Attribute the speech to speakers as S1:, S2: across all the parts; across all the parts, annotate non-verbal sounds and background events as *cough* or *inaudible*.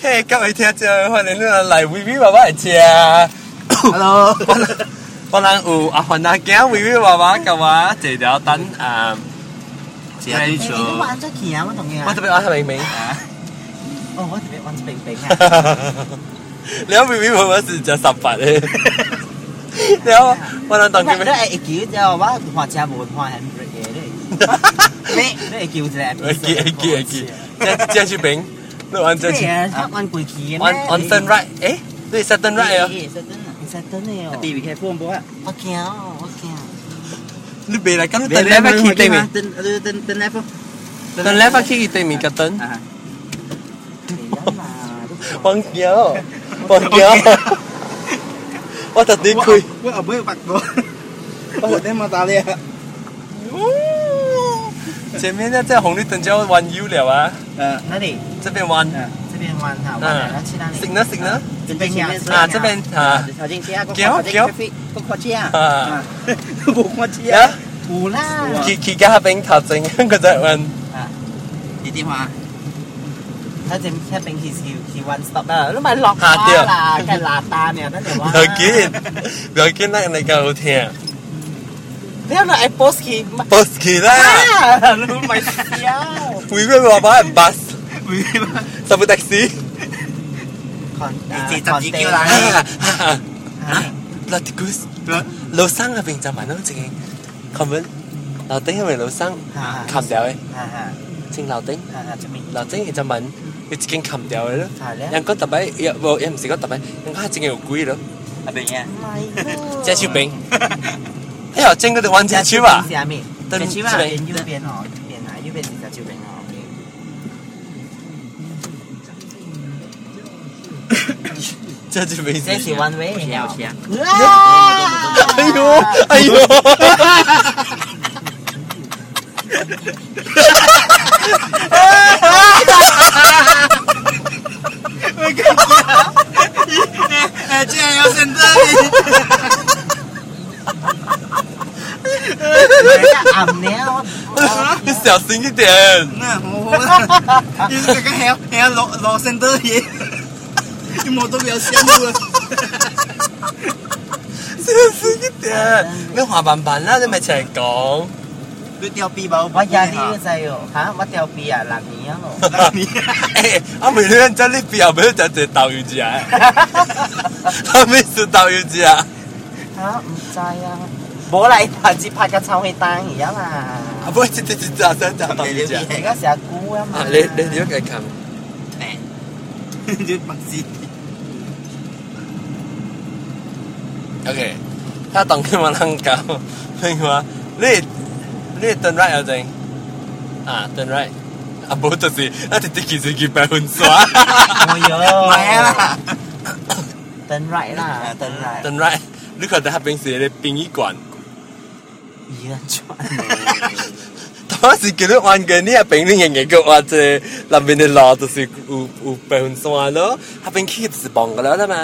S1: 嘿，各位听众，欢迎你们来微微爸爸的家。
S2: *coughs* Hello，
S1: 我人有
S2: à,
S1: 阿凡达惊微微爸爸甲我坐条等啊，
S2: à, chị ăn đi À. chưa? Nó ăn rất kìa, nó tổng nghe.
S1: 我特别我特别明。
S2: *laughs* Ồ, nó thì ăn bình bình
S1: แล้ววิวิผมว่าสิจะสับปัด
S2: *laughs*
S1: เลยแล้ววันนั้นตอน
S2: Tổng
S1: กิน
S2: cái
S1: ไม่
S2: đó ai kiểu cho bác hòa cha một hòa hẹn rồi kìa đấy. Mẹ, nó ai kiểu
S1: ไ
S2: là *laughs*
S1: อ้กี้ไอ้กี้ไอ้กี้เจ้าเจ้าชื่อเบงหรืออันเจ้า
S2: Cái à,
S1: ชื่อ
S2: này thắc ăn quỷ kìa.
S1: อันอันเซนไรเอ๊ะนี่เซนไร
S2: à?
S1: เหรอ
S2: Sao tới này rồi?
S3: ตีไปแค่พ่วงเพราะว่า
S2: Bác kéo, bác kéo.
S1: หรือเบลักกันตอน
S3: Tên
S1: แรก
S3: lép
S1: มา
S3: bác
S1: คิ
S3: khi
S1: ดเต็
S3: tên
S1: ม
S3: mình Tên, tên, tên, tên lép không?
S1: ตอนแรกมาคิดเต็มกันตอน
S3: À hả?
S2: Thì đó là lúc
S1: ฟังเกี้ยวฟังเกี้ยว *laughs* ว่าตัดดี *laughs* คุย
S3: Ui, ở bơi bạc bố Ủa, tên mà tao đi ạ
S1: 前面那在红绿灯就要弯 U 了啊，
S3: Ờ,
S2: nó đi.
S1: 这边弯，
S2: Sẽ bên hoàn hảo, hoàn hảo, nó chỉ đang
S1: 行呢行呢，
S3: Tên bên nhà
S1: 啊这边啊
S3: Thảo Trinh Chia, có
S1: Kéo,
S3: khó Trinh
S1: kéo.
S3: Chia Có khó Chia à?
S1: 啊，
S3: À, bụng khó Chia
S1: 呀，
S2: Thù la.
S1: ขี่ขี่กาเป็นขับจังก็จะมัน
S3: Chị Tiên Hòa
S2: ถ้าจะแค่เป็นคีซีคีวันสต็อปเออแล้วมันหลอก
S1: หาเตี้ย
S2: ล่ะแค่ลาตาเนี่ยนั่นเดี๋ยวว่า
S1: เดี๋ยวกินเดี๋ยวกินนั่งในกาวเทีย
S2: เรื่องไอ้โปสคีมา
S1: บัสกี่ล่ะ
S2: รู้ไหมเสียว
S1: วิเวว่าบ้านบัส
S3: Ui,
S1: สับแท็กซี่
S2: คอน
S3: ไอ้จีจับจีกิ้วร้าน
S1: *laughs* ลาติกุสเราสร้างเป็นจังหวะนั่นจริงคอมเมนต์เราเต้นให้เราสร้างคำเดียว
S2: ฮ่าฮ่า
S1: จริงเราเต้น
S2: ฮ่าจะมี
S1: เราเต้นจังหวะจริงคำเดียวเลย
S2: ถ่ายแล้ว
S1: ยังก็ต่อไปเอ่อบอกเอ็มสิก็ต่อไปยังก็จริงอยู่กุยแล้ว
S3: Ở bên nhà
S2: ไม่
S1: เจ้าชื่อเบงเฮ้ยจริงก็ตัววันเจ้าชื่อว่ะ
S2: เสียมิ
S1: ตัว
S2: เสีย
S1: ชื่
S2: ชื่
S1: อ
S2: อ
S1: ว่า
S2: ว่าเป็นยูเปียนหรอเปียนหายูเปียนสีจะชื่อเปียนหรอ
S1: เจ้าชื่อเบง
S2: เจ้าชื่อวันเว้ย
S3: Chị Hào Chia
S1: 哎呦哎呦
S3: Ờ,
S2: อ่ำเนี่ย
S1: 你小心一点
S3: Nè, hồ hồ Nhưng cái cái heo, heo lò, lò center gì Nhưng mà tôi bị xem luôn
S1: 小心一点你滑板板啦你咪成日講
S3: Tôi tiêu pi bao
S2: ว่ายาดีใจอยู่ฮะว่าเตียวปีอ่ะหลังนี้หรอ
S1: 哎我每天在呢邊又俾佢隻豆魚子啊我咩食豆魚子啊
S2: ฮะไม่ใจอ่ะบอกอะไรผัดจีผัดกะเพราให้ตังอย่างล่ะ
S1: 啊不直接直接想食豆魚子啊
S2: เด็กก็เสียกูอ่ะมา
S1: 啊你你點解咁
S3: Nè Chứ bằng gì
S1: OK，他當佢話能 *laughs* 搞，佢話你你 turn right 啊正，啊 turn right，啊冇就是一直直其實佢白混耍
S2: โอ้ย
S3: แม่ล่ะ
S2: เต้นไรล่ะเต้นไร
S1: ，turn right，你可能係平時你殯儀館，
S2: เยือนชวน
S1: 當時叫你玩嘅你係殯你人嘅話啫，那邊嘅路就是有有白混耍咯，係殯去就是幫㗎啦啦 *laughs* 嘛，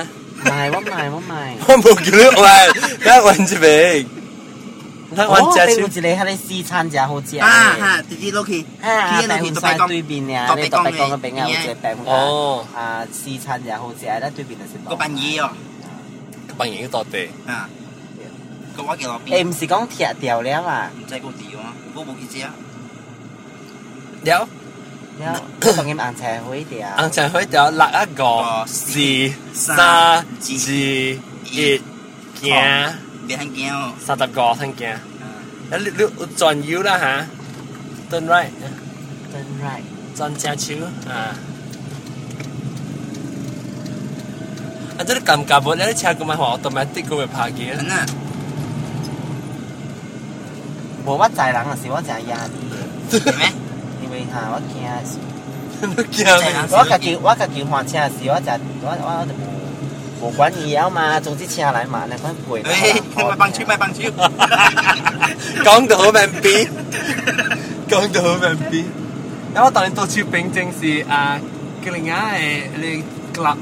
S2: หมายว่าหมายว่าหมาย
S1: 我冇叫你玩，你玩住未？你
S2: โอ้
S1: 玩
S2: เป็
S1: 只
S2: น
S1: 先
S2: กุ。จิเลให้ได้ซีชันจ้าโฮเจีย
S3: อ่าฮะทีนี้โลคี
S2: อ่า
S3: ที่
S2: แต่
S3: เรา
S2: คุ
S3: ที่
S2: ณ
S3: ต่อ
S2: ซาย
S3: ไปกล้อง
S2: ตุยบินเนี่ยเล่นต่อไปกองกันเป็นไงโฮเจียแปลง
S1: อ๋อ
S2: อ่าซีชันจ้าโฮเจียได้ตุยบินนะสิบอก
S3: ก็ปันยี่อ่ะ
S1: 扮演一個地，
S3: อ่าก็ว่าเกี่ยวกับปี
S2: เอ็มสิก้องเถียเดียวแล้วอ่ะ
S3: ใจกูตีอยู่อ่ะกูบอกกี่เจ้า
S1: 有。
S2: แล้วต้องเอ็มอ่านแชร์เฮ้ยเดียว
S1: อังเฉินเฮ้ยเดี๋ยวหลักอ่ะก่อนสี่สามจีอีกเกียร์
S3: เดี๋ยวให้เกี่ยว
S1: สามตะกอทั้งเกียร์แล้วเรื่องจอนยูละฮะต้นไร
S2: เต้นไร
S1: จอนเจ้าชิวอ่าอันจะกำกับบนแล้วแชร์กูมาหัวอัตโนมัติกูไปพาเกียร์
S3: อันน่ะ
S2: บอกว่าจ่ายหลังอ่ะสิว่าจ่ายยาดี
S3: เห็นไหม
S2: 你问下我惊，
S1: *laughs* เกียร์เลย
S2: 我家己我家己换车时，我就我我就无无管伊了嘛，总之车来嘛，那款贵。
S3: เฮ้ย *laughs* มาบังชื่อมาบังชื่อก
S1: องตัวแมนปีกองตัวแมนปีแล้วตอนนี้ตัวชื่อเป็นจริงสิอ่ะกลิ่นง่ายเลยกลับ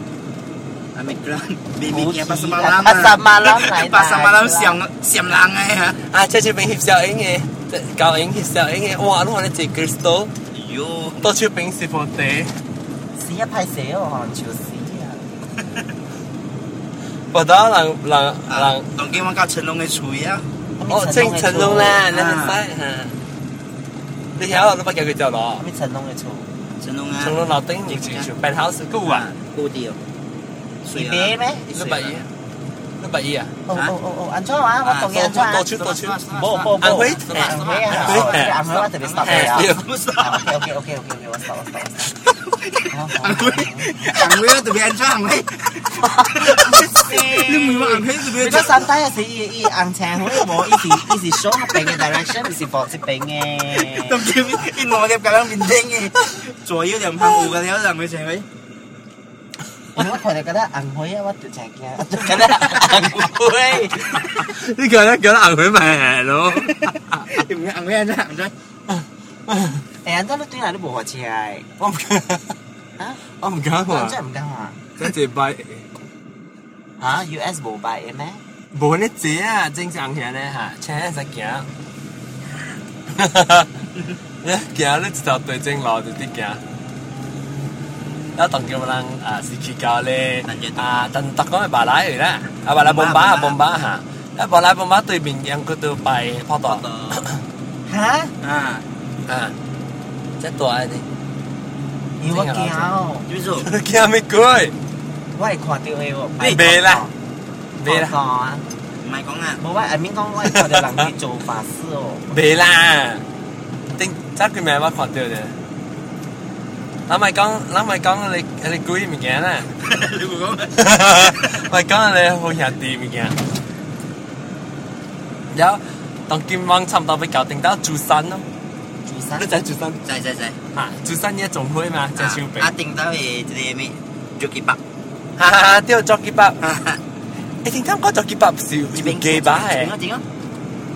S3: อเมริกันบีบีเกียปัสมาลาม *laughs* ปัสมาลามเสียงเสียงลังไงฮะ
S1: 啊，这是冰協效應嘅，教應協效應嘅，哇！你看你自己 crystal，
S3: ยู
S1: 到處冰是放地，
S2: 死啊歹死哦，好笑死啊！
S1: 我当人人
S3: 啊
S1: 人，
S3: 当今我教成龙的嘴啊，
S1: 哦，正成龙啦，那边晒哈。你晓得你不叫佢做咯
S2: 阿？咪成龙嘅厝，
S3: 成龙啊，
S1: 成龙老顶你全全 b house 够啊？
S3: 高调，
S2: 你
S3: 水
S2: 白
S3: 啊，
S2: 咩？
S1: 六百一，六百一啊？
S2: 哦哦哦哦，安怎啊？我同意安怎啊
S1: 多？出多出，
S2: 不不不，
S1: 安徽
S2: 安徽啊，安徽我特别 stop
S1: à,
S2: 啊。
S1: *laughs*
S3: 不是
S2: OK OK OK OK，我 stop 我 stop。
S3: 安徽，安徽特别安装安徽，你唔话安徽特别
S2: 佢嗰三單又是伊伊硬青，佢又冇伊是伊是 show 病嘅 direction，唔是博接病
S3: 当
S2: 嘅。
S3: 今一攞啲咁樣面聽嘅，左右兩旁五個有人會成為，
S2: 我佢哋覺得硬佢啊，我就成嘅，覺得
S1: À,
S2: 硬佢。
S1: 呢個咧叫得行佢咪咯？
S3: 唔係安徽人行咗，
S2: 誒，人真係對人都冇學似係，
S1: 我唔敢，
S2: 啊，
S1: 我唔敢
S2: 人
S1: 話，
S2: 真係唔敢話。
S1: 真係拜。
S2: 嚇，US 冇幣嘅咩？
S1: 冇得借啊，正常嘅咧嚇，請人食行。一行你一頭對正路就啲行。有同叫人啊，是去教咧啊，但特講係巴拉嚟啦，啊巴拉bomba 啊 bomba 嚇，啊巴拉 bomba 對面人佢都拜跑道
S2: 嚇，
S3: 啊，
S1: 啊，即係大啲。
S2: 要我驚，
S3: 點做？
S1: 驚咩鬼？
S2: 我係看到佢喎。
S1: 未啦，未
S2: 未
S1: 啦，
S2: 啦。
S3: 唔係講啊，
S2: 冇話阿明講，我係看到人去做法事 *laughs* 哦。
S1: 未啦。定執佢名我看到嘅。諗咪講，諗咪講你你估啲物件啦。
S3: *laughs* 你會講咩？
S1: 喂，今日你好兄弟物件，有當金網差唔多比較定到珠山咯，
S2: 做生
S1: 你。就珠山
S3: 在在在，
S1: 啊，珠山一種會嘛，就小餅
S3: 啊，，定到係啲咩？做幾百，
S1: 哈哈哈，掉作幾百，你聽講講作幾百是幾百係，
S3: 點啊？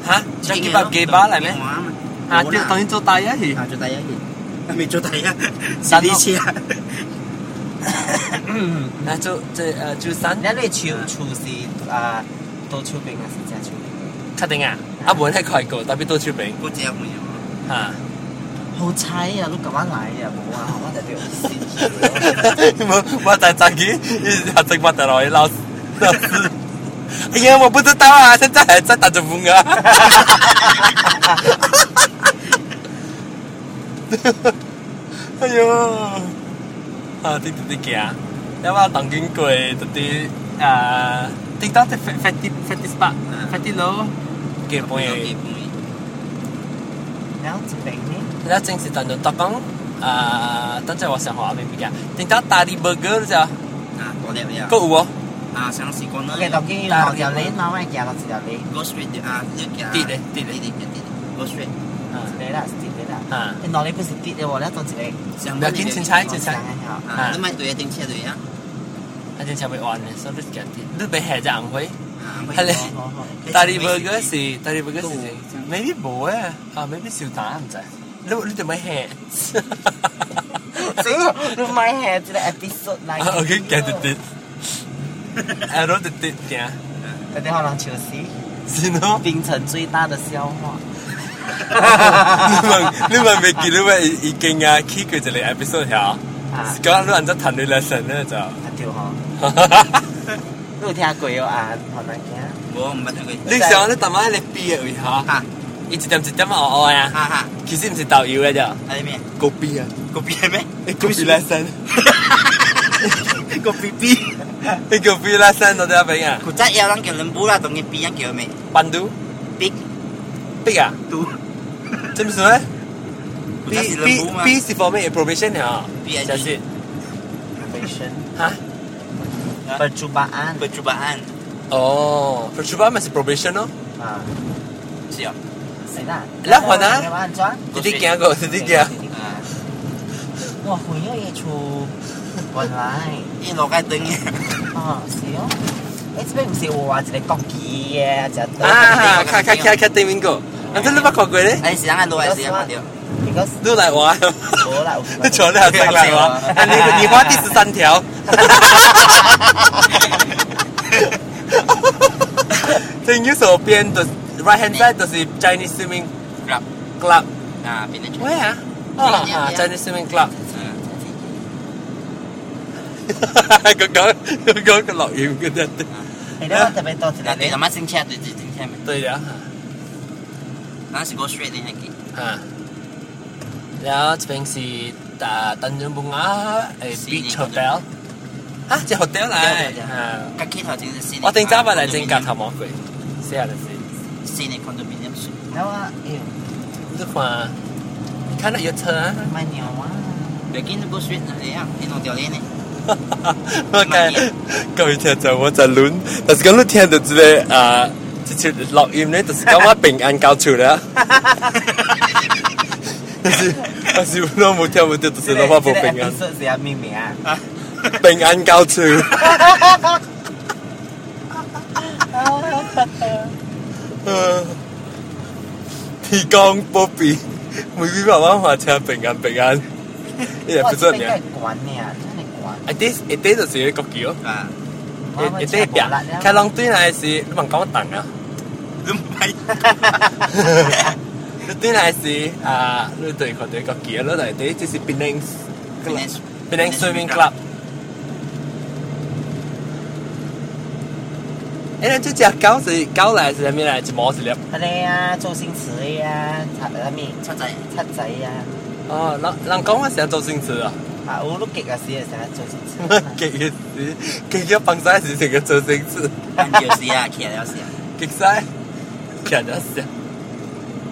S1: 嚇，作幾百幾百嚟咩？嚇，掉當然做大一係，
S3: 啊，做第一件，未做第一，是呢次啊，
S1: 啊做即誒珠山
S2: 那你求求是啊，多求病还是加求病？
S1: 確定啊，阿本係蓋過，特別多小餅
S3: 我只有朋友。
S1: 嚇，
S2: 好彩呀，你咁晚嚟呀，冇 *laughs* 啊，我就掉死
S1: 我我在自己一直我在落去老老師。哎呀，我不知道啊，現在還在打着風啊。哎呦，啊，啲啲啲嘅，因為當經過嗰啲誒，啲多啲 fatty fatty spa fatty low 嘅
S3: 我有
S1: 杯
S3: 幾，杯，
S2: 然後做病呢？
S1: 而家正是當中特講啊，等陣我想學下邊邊嘅，啲多大啲 ah. burger ah. 咋，
S3: 啊，我哋有。
S1: 夠喎，
S3: 啊，上次講啦。
S2: 我嘅讀經落條你，媽媽嘅落條你，
S3: Go straight 啊，一嘅。
S1: 跌咧跌
S3: 跌
S1: 咧
S3: 跌跌跌，Go straight。
S2: 你啦，跌你啦。
S1: 啊
S2: 你落你不是跌嘅喎，你當自己。
S3: 上
S1: 唔要緊，前菜前菜。
S2: 啊！
S3: 啊，你咪對啊，定車對啊。
S1: 啊，正常咪玩嘅，所以你啲，你俾下隻紅灰。
S3: 啊，
S2: 好 *laughs* 好，
S1: 大利 burger 是大利 burger 是
S3: 都
S1: ，maybe 冇啊，啊 maybe 少打唔制，你你做咩 *laughs* hea？
S2: 你咪係呢個 episode 嚟。
S1: 我驚驚跌跌，我攞跌跌 *laughs* 嘅，
S2: 佢哋可能潮汐
S1: 先咯。
S2: 冰城最大的笑話。
S1: 你問你問未見到咩已經啊？key 佢就嚟 episode 下，
S2: 啊，
S1: 講到人真談你兩成咧就，
S2: 掉嗬！你有聽過有啊？可能嘅。
S3: 我唔係佢。
S1: 你想你特晚你 B 嘅會下，
S3: 啊
S1: 一點一點啊我啊，
S3: 哈哈，
S1: 其實唔是導遊嘅咋，
S3: 係咩？
S1: 個 B 啊，
S3: 個 B *laughs* 係咩？
S1: 個 B 兩成，
S3: 個 B B。
S1: 你個 B 兩成到底係邊啊？
S3: 佢真有人叫林寶啦，同佢 B 人叫咩
S1: 班都
S3: ？Big
S1: big 啊？
S3: Do。
S1: 知唔知咧？B
S3: 佢是
S1: B
S3: 林寶嘛
S1: B 是 for me probation ya? 啊
S3: B 係
S1: 小心
S2: Operation
S1: 嚇
S2: percobaan
S3: ？Percubaan。
S1: 哦 p r o b a t i o n 咪是 Oh, probation 咯，
S2: ah
S3: 是啊。
S2: sila
S1: Lah, mana?
S2: lawan cuan
S1: 啲啲驚過，啲啲驚，
S3: 啊，
S2: wah punya ya cu online
S3: 依落街蹲嘅。
S2: ah sio it's been si wa jadi koki
S1: Ah,
S2: ya
S1: ha,
S2: jatuh
S1: 啊，卡卡卡卡對面個，咁真你冇學過
S3: *laughs*
S1: 咧？
S3: 誒，時間係落嚟時間拍掉。
S2: because
S1: 都嚟玩，
S2: 我啦
S1: *laughs* 你坐你下識嚟玩，啊你你花第十三條，正右手邊的 right hand side 就是 Chinese swimming
S3: Club。
S1: club，
S3: 啊，邊啲？
S1: 喂啊，啊 Chinese Oh, swimming club。
S3: *laughs* Ờ, Hãy subscribe cho kênh Ghiền Mì
S1: 刚刚刚刚个
S3: Gõ Để không bỏ lỡ
S1: 老鹰跟在对
S2: 你那特别多一
S3: 那
S2: 个
S3: 你阿妈先车对对真车咪？
S1: 对呀
S3: 那是个 straight 的那个，
S1: 啊，然后这边是啊登津半啊诶 Beach Hotel 啊，只 hotel à? 嚟啊，
S3: 隔幾頭正是 C。
S1: 我定揸
S3: Dạ,
S1: 翻嚟正格頭望佢，試下嚟先。
S3: C 呢 condominium 算。
S2: 然后啊，哎呦，
S1: 你看，你看到有车啊？
S2: 卖鸟啊，
S3: 要緊個 straight à? 哪裡啊？你弄掉你呢？
S1: 我
S3: 慢
S1: 感
S3: 點
S1: 各位聽眾，我就亂，但是講你聽到之類啊，即係錄音咧，就是講我平安交出啦。但是但是我冇聽冇聽，就是
S2: 这
S1: 我話冇平安，
S2: 是啥秘密啊？
S1: 平安交出。提供波比，每日慢慢話車平安平安，一日
S2: 我
S1: 不
S2: 这
S1: 準
S2: 边
S1: 嘅
S2: 该。管你啊，真的管。
S1: 一啲一啲就是一個叫。
S3: 啊，
S1: 一一啲病，佢
S2: 看到
S1: 浪短係是你問講等啊，
S3: 你 *laughs* 唔係
S1: 你短係是啊，你對佢哋個結咯，但係啲即是 Penang Penang Swimming Club。誒，那就只狗是狗嚟是咩嚟？只毛是粒
S2: 他的呀，周星驰的呀，他他咪
S3: 七仔，
S2: 七仔呀，
S1: 哦，人人講我成周星馳 *laughs* 啊，
S2: 啊，我都记啊死啊，啥周星驰。
S1: 極嘅是極嘅放曬是成個周星馳，
S3: 跟住是啊，騎了是啊，
S1: 極曬，強咗先，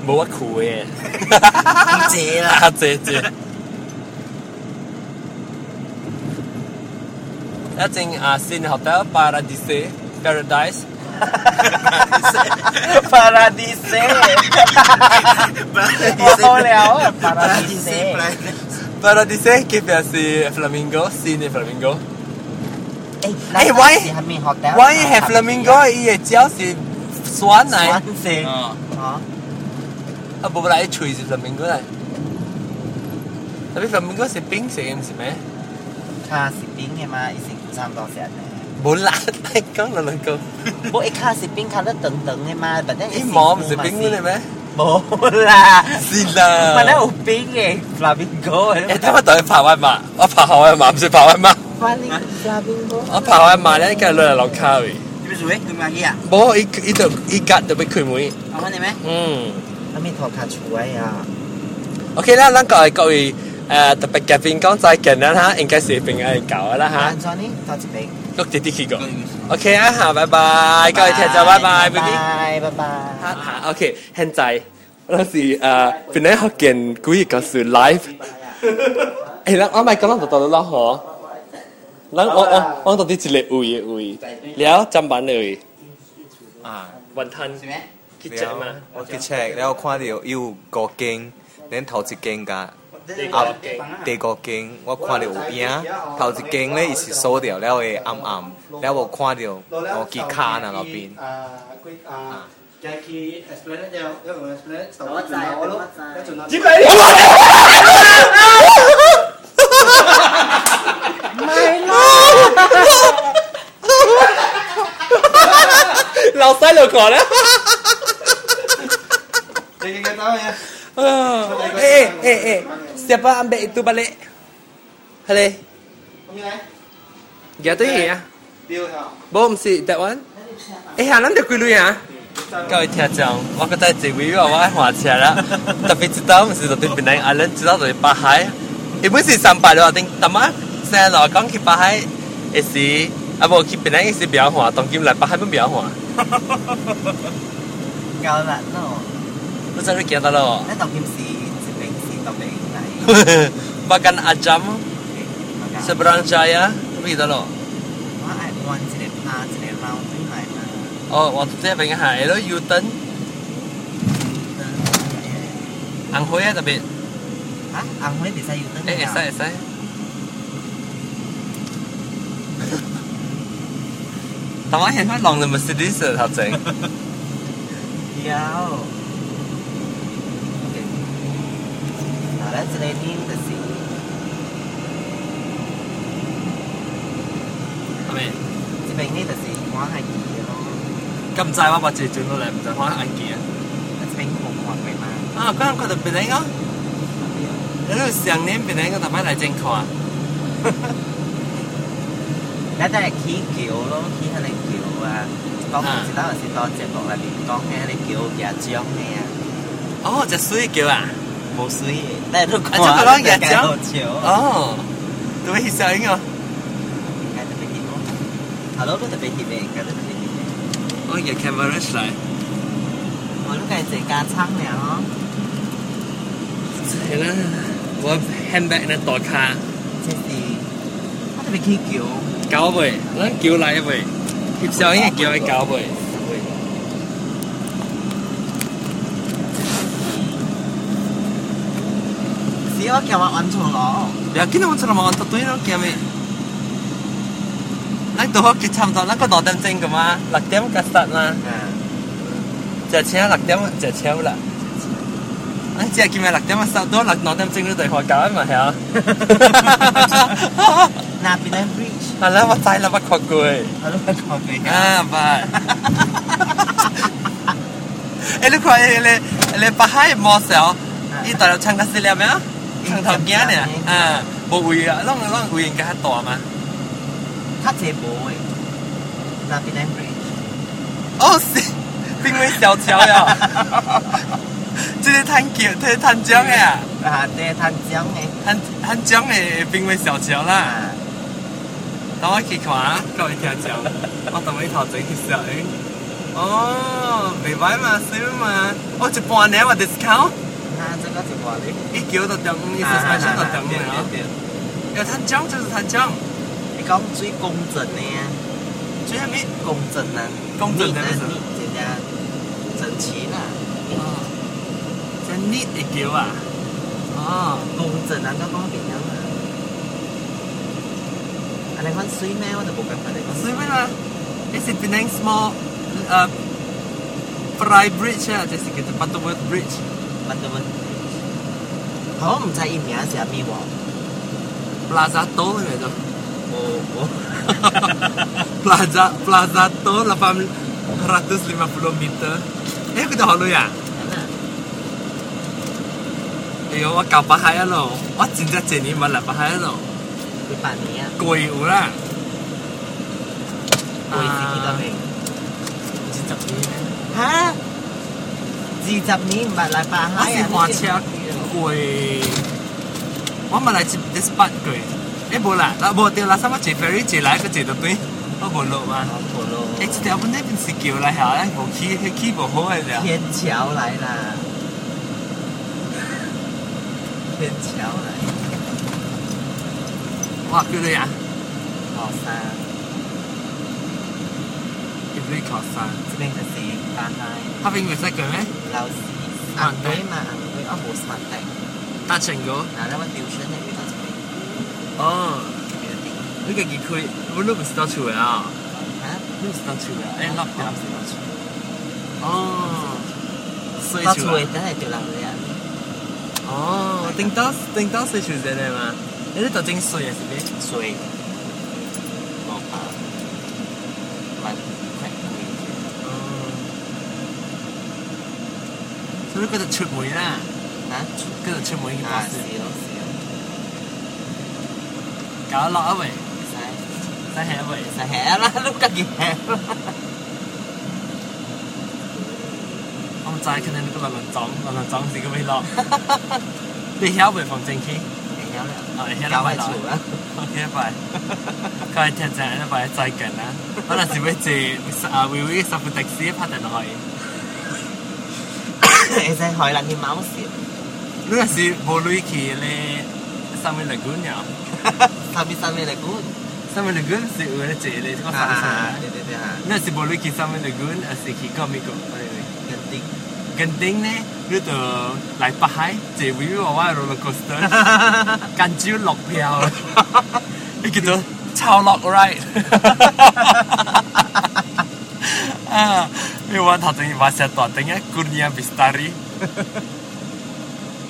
S1: 冇乜酷嘅。
S3: 唔借
S1: *laughs*
S3: 啦。
S1: 啊，姐姐。一正啊，新 uh, hotel Paradise Paradise，
S2: Paradise，好了，Paradise。
S3: Paradise，Paradise。
S1: Paradise 佢邊是 Flamingo，新嘅 Flamingo。
S2: 哎
S1: why-
S2: 还没好
S1: Why have Flamingo？伊嘅腳是酸奶，
S2: 酸
S1: 啊
S2: 性
S3: 哦，
S2: 啊，
S1: 無啦，伊喙是 Flamingo 嚟。特別 Flamingo 是冰食嘅，唔是咩？
S2: 卡是冰的嘛，以前古三多些呢。
S1: 冇 *laughs* 啦，你講兩兩句。
S2: 我一卡是冰，卡得等等的嘛，反正
S1: 伊毛唔是冰嘅咩？
S2: 冇啦， *laughs*
S1: 是啦。
S2: 反正有冰嘅 Flamingo
S1: 誒，
S2: 嘅。
S1: 等我同你拍外賣，我拍好外賣，唔是拍外賣，
S2: Flamingo。
S1: 我拍外賣咧，跟住攞嚟落卡位。
S3: 你咪做咩？你咪去啊？
S1: 冇，伊伊就伊隔就俾佢妹。
S3: 我問你咩？
S1: 嗯
S2: 阿咪托卡出位啊！
S1: ，OK 啦，咱各位各位誒特別嘅邊講再見啦嚇，應該是邊個搞啦嚇
S2: 安，裝呢，托住冰。
S1: 碌啲啲去個。OK 啊嚇，拜拜，各位聽眾，拜拜，baby。
S2: 拜拜拜拜。
S1: 嚇
S2: *laughs*
S1: 嚇，OK，現在我是誒本來學見古語講是 live。誒，咱我咪講咱就到咗啦嗬。咱我我我到啲一個位嘅位，了砧板嘅位，
S4: 啊，
S1: 雲吞
S3: 做咩？
S1: 結
S4: 然
S1: 啫
S4: 後
S1: 嘛。
S4: 我去 check，然後看到有個鏡，然後頭一鏡㗎，
S1: 個
S4: 第第個鏡我看到有影，頭一鏡咧伊是鎖掉，然後會暗暗，然後我看到我記卡那路邊，
S3: À.
S1: 老三就過啦。Eh, eh, eh, eh. Siapa ambil itu balik? Hello. Dạ tới gì à? Bố không xịt that one. Ê hà lắm được quy lui hả? Các bạn theo chồng, tôi có thể chỉ quý vào với hòa trẻ đó. Tập vì chúng ta không sử dụng từ Bình Định Island, chúng ta từ Bà Hải. Ý muốn gì sẵn bài đó, tính tầm á, xe lò con khi Bà Hải. Ý sĩ, à bộ khi Bình Định ý sĩ biểu hòa, tổng kim lại Bà Hải mới biểu hòa.
S2: 夠啦，no，
S1: Nó sẽ rất kia ta *laughs* đâu.
S2: 那當兵是是兵是當兵嚟，
S1: Bahkan Ajam, Seberang Jaya, tapi kita loh.
S2: 我係按一個拍一個 round 轉嚟嘛，
S1: Oh, waktu itu pengen hai lo Yuten,
S2: 等
S1: Ang Hoi ya tapi
S2: 啊，紅會比賽要
S1: eh
S2: 等
S1: esai esai. Tama hiện phát lòng là Mercedes rồi thật sự.
S2: 有，好啦，一個呢就是
S1: Amen.
S2: 一邊呢就是我係二咯，
S1: Cầm dài qua bà chị chúng tôi lại một giải hoa anh kia.
S2: 一邊紅紅嘅嘛，
S1: À, có ăn có được bên đấy không? Nếu là sáng nếm bên đấy có tầm mắt lại trên khóa.
S2: 那真係起橋咯，起喺你橋啊！講唔知當時當節目裏面講起喺你橋嘅張咩啊，
S1: 哦，只水叫啊，
S2: 冇水，但係都講
S1: 啊這個東西也叫
S2: 好笑。
S1: 哦，都会响哦，
S2: Kan tepi timur. Halo lu tepi timur, kan tepi timur.
S1: 哦，有 camera 出来，
S2: 我都係自家撐了，
S1: 系啦，我 handbag 呢袋卡，
S2: 即是我特別起叫，
S1: 九倍，咱叫来一倍，翕相应该叫来九倍，
S2: 是我叫我安全咯。
S1: *laughs* 不要紧，我出来嘛，我到对了，叫咩？咱都好，差唔多，咱个六点钟噶嘛，六点就 start 啦，
S2: 嗯，
S1: 只车六点就车啦。咱只见咪六點啊，十到六六點鐘都對學教啊嘛，係啊。
S2: 那邊係 bridge，
S1: 係啦，我知啦，不確攰。
S2: 我 *laughs* 都係講俾你。
S1: Ah, *laughs* bad. Eh, lu kau eh, le le pahai mosel. Ini tak ada cangkas dia lihat mana? Cang tau gian ni. Ah, bo ui ah, long long ui yang kat tua mah.
S2: 他這部誒，那邊係 bridge，
S1: Oh, si, ping wei xiao qiao ya. 这是探桥，这是探江的啊，
S2: 啊，對，他講誒，
S1: 探探江的冰位小桥啦。
S2: 啊，
S1: 等我去看，各位听众，我等你头前去上。哦，未歹嘛，少嘛，我一半呢，我 discount。
S2: 那這個是我的。
S1: 一九就中，
S2: À,
S1: 一十三歲就中了。要他中就是他中，
S2: 你講最公正的呀，
S1: 最後面
S2: 公正啊，
S1: 公正的意思
S2: 你人家整齊啦。
S1: 真 neat 一九啊。哦，
S2: 共振啊，剛剛變樣啊！啊，你講水咩？我就冇咁佢哋講
S1: 所以啦，it's a Penang small 呃 fly bridge 啊，就是叫做 Butterworth Bridge。
S2: 問到問。好，唔知伊名是咩喎？
S1: Plaza Toll 嚟咗
S2: 冇
S1: Oh,
S2: 冇。
S1: *laughs* ，Plaza Plaza Toll 850 meter。Eh, kita halu ya? 哎呦，我搞不嗨啊咯，我真正真年冇嚟不嗨啊咯，
S2: 你扮你啊？
S1: 貴有啦。À.
S2: 我
S1: Ah.
S2: 已
S1: lah,
S2: 經記得你。
S1: 真正年。
S2: 嚇！二十年唔係禮拜
S1: 我
S2: 下
S1: 是換車貴，我咪來接 this part Eh, 貴。誒冇啦，嗱冇掉啦，什麼坐 ferry 坐來個坐到對，我冇落嘛。
S2: 我婆
S1: 誒，
S2: 咯，
S1: 這條本那邊是橋來下，我起起不好嘅了。
S2: 天橋嚟啦！天橋嚟，
S1: 哇，叫你啊，
S2: 學生
S1: 要你學生，
S2: 呢邊就係巴哈。
S1: 他邊會識佢咩？
S2: 老師，啊唔會嘛，唔會，我冇實力。
S1: 搭成個
S2: 嗱，你話調選你邊度做邊
S1: 哦，
S2: 邊邊？
S1: 呢個幾貴，我都唔知道出嚟啊，
S2: 嚇，
S1: 都唔知道出嚟，誒，落掉唔知道出。哦，所以
S2: 我
S1: 出
S2: 做
S1: 嚟
S2: 嘅。真係調流嘅人，
S1: 哦，叮當叮當四處真係嘛？你呢度整水啊？是咩？
S2: 所以我怕問佢
S1: 所以嗰度出門啦，
S2: 嚇，
S1: 嗰度出門嘅
S2: 啊
S1: 巴
S2: 是
S1: 士，
S2: 老師，
S1: 搞落一位，
S2: 使
S1: 真係一位。
S2: 使係啦，碌緊嘢，
S1: 我唔知可能呢個輪輪裝，輪輪裝是咁
S2: *laughs*
S1: 樣落。你曉唔放正機？
S2: 你有啦，
S1: 哦，你曉得
S2: 搞
S1: 咪
S2: 埋
S1: 落
S2: 潮。啦，
S1: OK，拜。佢係聽正咧，拜再近啦。可能是會借啊微微嘅十副的士拍定落去。
S2: 你使海南嘅貓屎，
S1: 呢個是冇女騎咧，三位雷官呀，
S2: 三邊三邊嚟估，
S1: 三位雷官是會咧借咧，我三
S2: 啊
S1: 三，。
S2: 對對對嚇，
S1: 那是不如去上面的滚，而是去高米高。
S2: 跟啲
S1: 跟丁呢，你就来北海坐 V 娃娃 roller coaster，跟住落票，你叫做超落 right。啊，你話頭先話石大定一管嘢 bistari。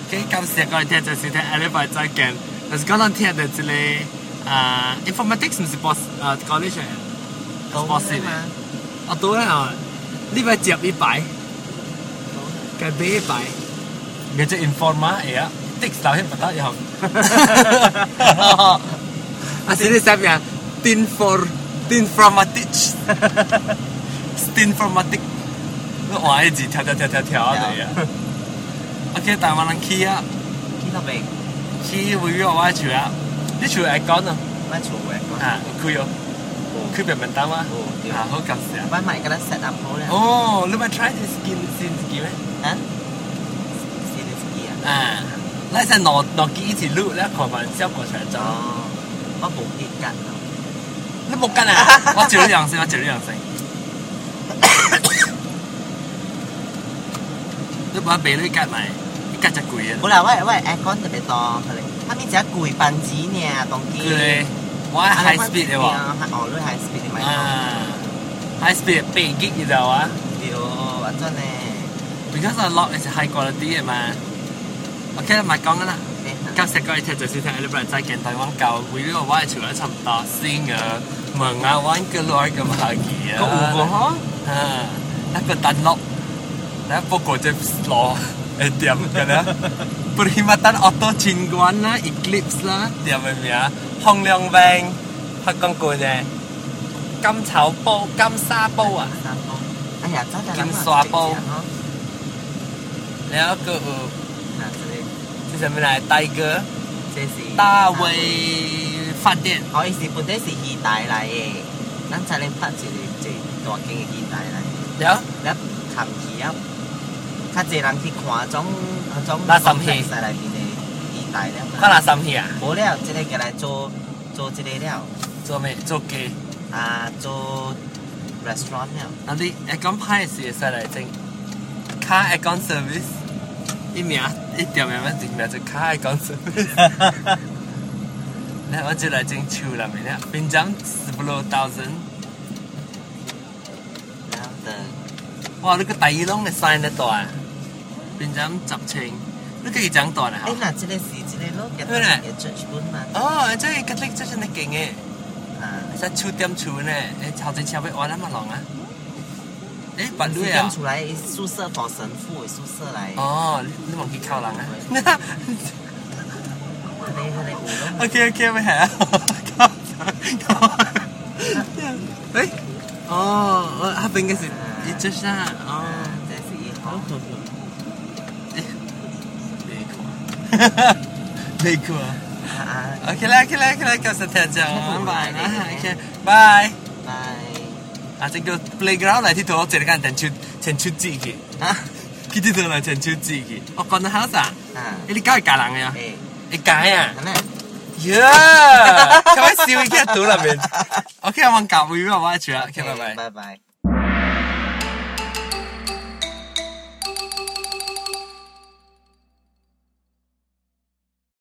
S1: OK，今時我哋聽就先聽 a l i b 再見。但是講到聽的這裡，啊，informatics à, 唔是 boss，啊，college 係 boss 嚟。
S2: 嘛，
S1: 啊，對啊，呢排接一排，隔壁一排，你只 informa 嘢啊，text 留喺唔得又。啊，是你寫咩啊？Tin for Stin from a *laughs* ditch. Stin from a ditch. 哇！一直跳跳跳跳跳啊！对呀。OK，但我能去啊，
S2: 去到未？
S1: 去會約我住啊。你住 air con À, 啊？
S2: 咱厝诶，
S1: 啊，可以哦，可以表面單嗎？
S2: 哦對
S1: 啊，好感謝啊。
S2: 咱买个咱 set up 好咧，
S1: 哦，你咪 try this skin skin skin 咩？
S2: 啊，是的是的啊。
S1: 啊，那在挪挪機一直錄咧，可能效果才
S2: 就
S1: 走。
S2: 我冇結緊啊，
S1: 你冇跟啊？我照你樣先，我照你樣先。你把鼻女夾埋，夾只攰啊！
S2: 本來我係我係 aircon 特別多，佢哋後面只攰笨子呢，當機。
S1: 佢我係 high speed 嘅喎。
S2: 啊，哦，你 high speed 咪講
S1: 啊，high speed 被 gig 你知道啊
S2: 掉，我真係
S1: ？Because a lot is high quality 嘅嘛。OK 啦，咪講啦。今日嗰一條就先睇你本再見台灣教會呢個歪潮一差唔多先嘅，問下灣嘅耐咁下嘅啊。
S2: 個五個呵，
S1: 啊，一個單落，一不過只攞誒點嘅咧。Perkhidmatan Auto Cingguan 啦，Eclipse 啦，點嘅名，洪亮榮，黑光棍嘅，金草煲、金沙煲啊！
S2: 三波，哎呀，真係
S1: 金沙煲然後一個有
S2: 嗱，這
S1: 是什麼來？戴哥
S2: 裡這是
S1: 大，衛飯店。
S2: 我意思本地是意大利嘅，咱才能拍住你最大景嘅意大利，
S1: 然後
S2: 你琴棋啊，較濟人去看種嗰種世內面嘅意大利。
S1: 看哪三片啊？
S2: 冇了，即个过来做做即个了，
S1: 做咩？做雞？
S2: 啊做 restaurant 了，
S1: 那你一講派是使嚟整卡一講 service，一名一條名乜整名就卡一講 service。那我就來整球啦，明啦，平常 below thousand，
S2: 然后的
S1: 哇！你個第二窿嘅 sign 得大啊，平常十千，你幾張大啊？
S2: 诶嗱，即个是即个咯，嘅嘅 judge 本嘛，
S1: 哦，即係吉力真係你勁嘅，
S2: 啊，
S1: 實超點超呢？誒，頭先請俾我啦嘛郎啊，誒，白女啊
S2: 跟。出来宿舍for 神父的宿舍来，
S1: 哦，你你忘記靠人 *laughs* 啊？
S2: 你你有咯，
S1: OK OK，咪係啊，靠靠。誒，哦，我阿炳嘅時，你出聲
S2: 啊
S1: 哦，，
S2: 这是一号，
S1: 你酷，你酷啊
S2: 啊，
S1: ！OK 啦，OK 啦，OK 啦，今日聽就咁拜啦，OK，拜。
S2: 拜，
S1: 啊，整個 playground 嚟啲度，整間陳出陳出自己，
S2: 啊
S1: 佢啲度嚟陳出自己。我講到 house 啊，
S2: 啊，
S1: 你搞係嫁人嘅啊，
S2: 诶，
S1: 你嫁啊？
S2: 咁咧，
S1: Yeah! Can I see we get to that, man? Okay, I want to go. We will watch it. Okay, bye bye.
S2: 拜拜。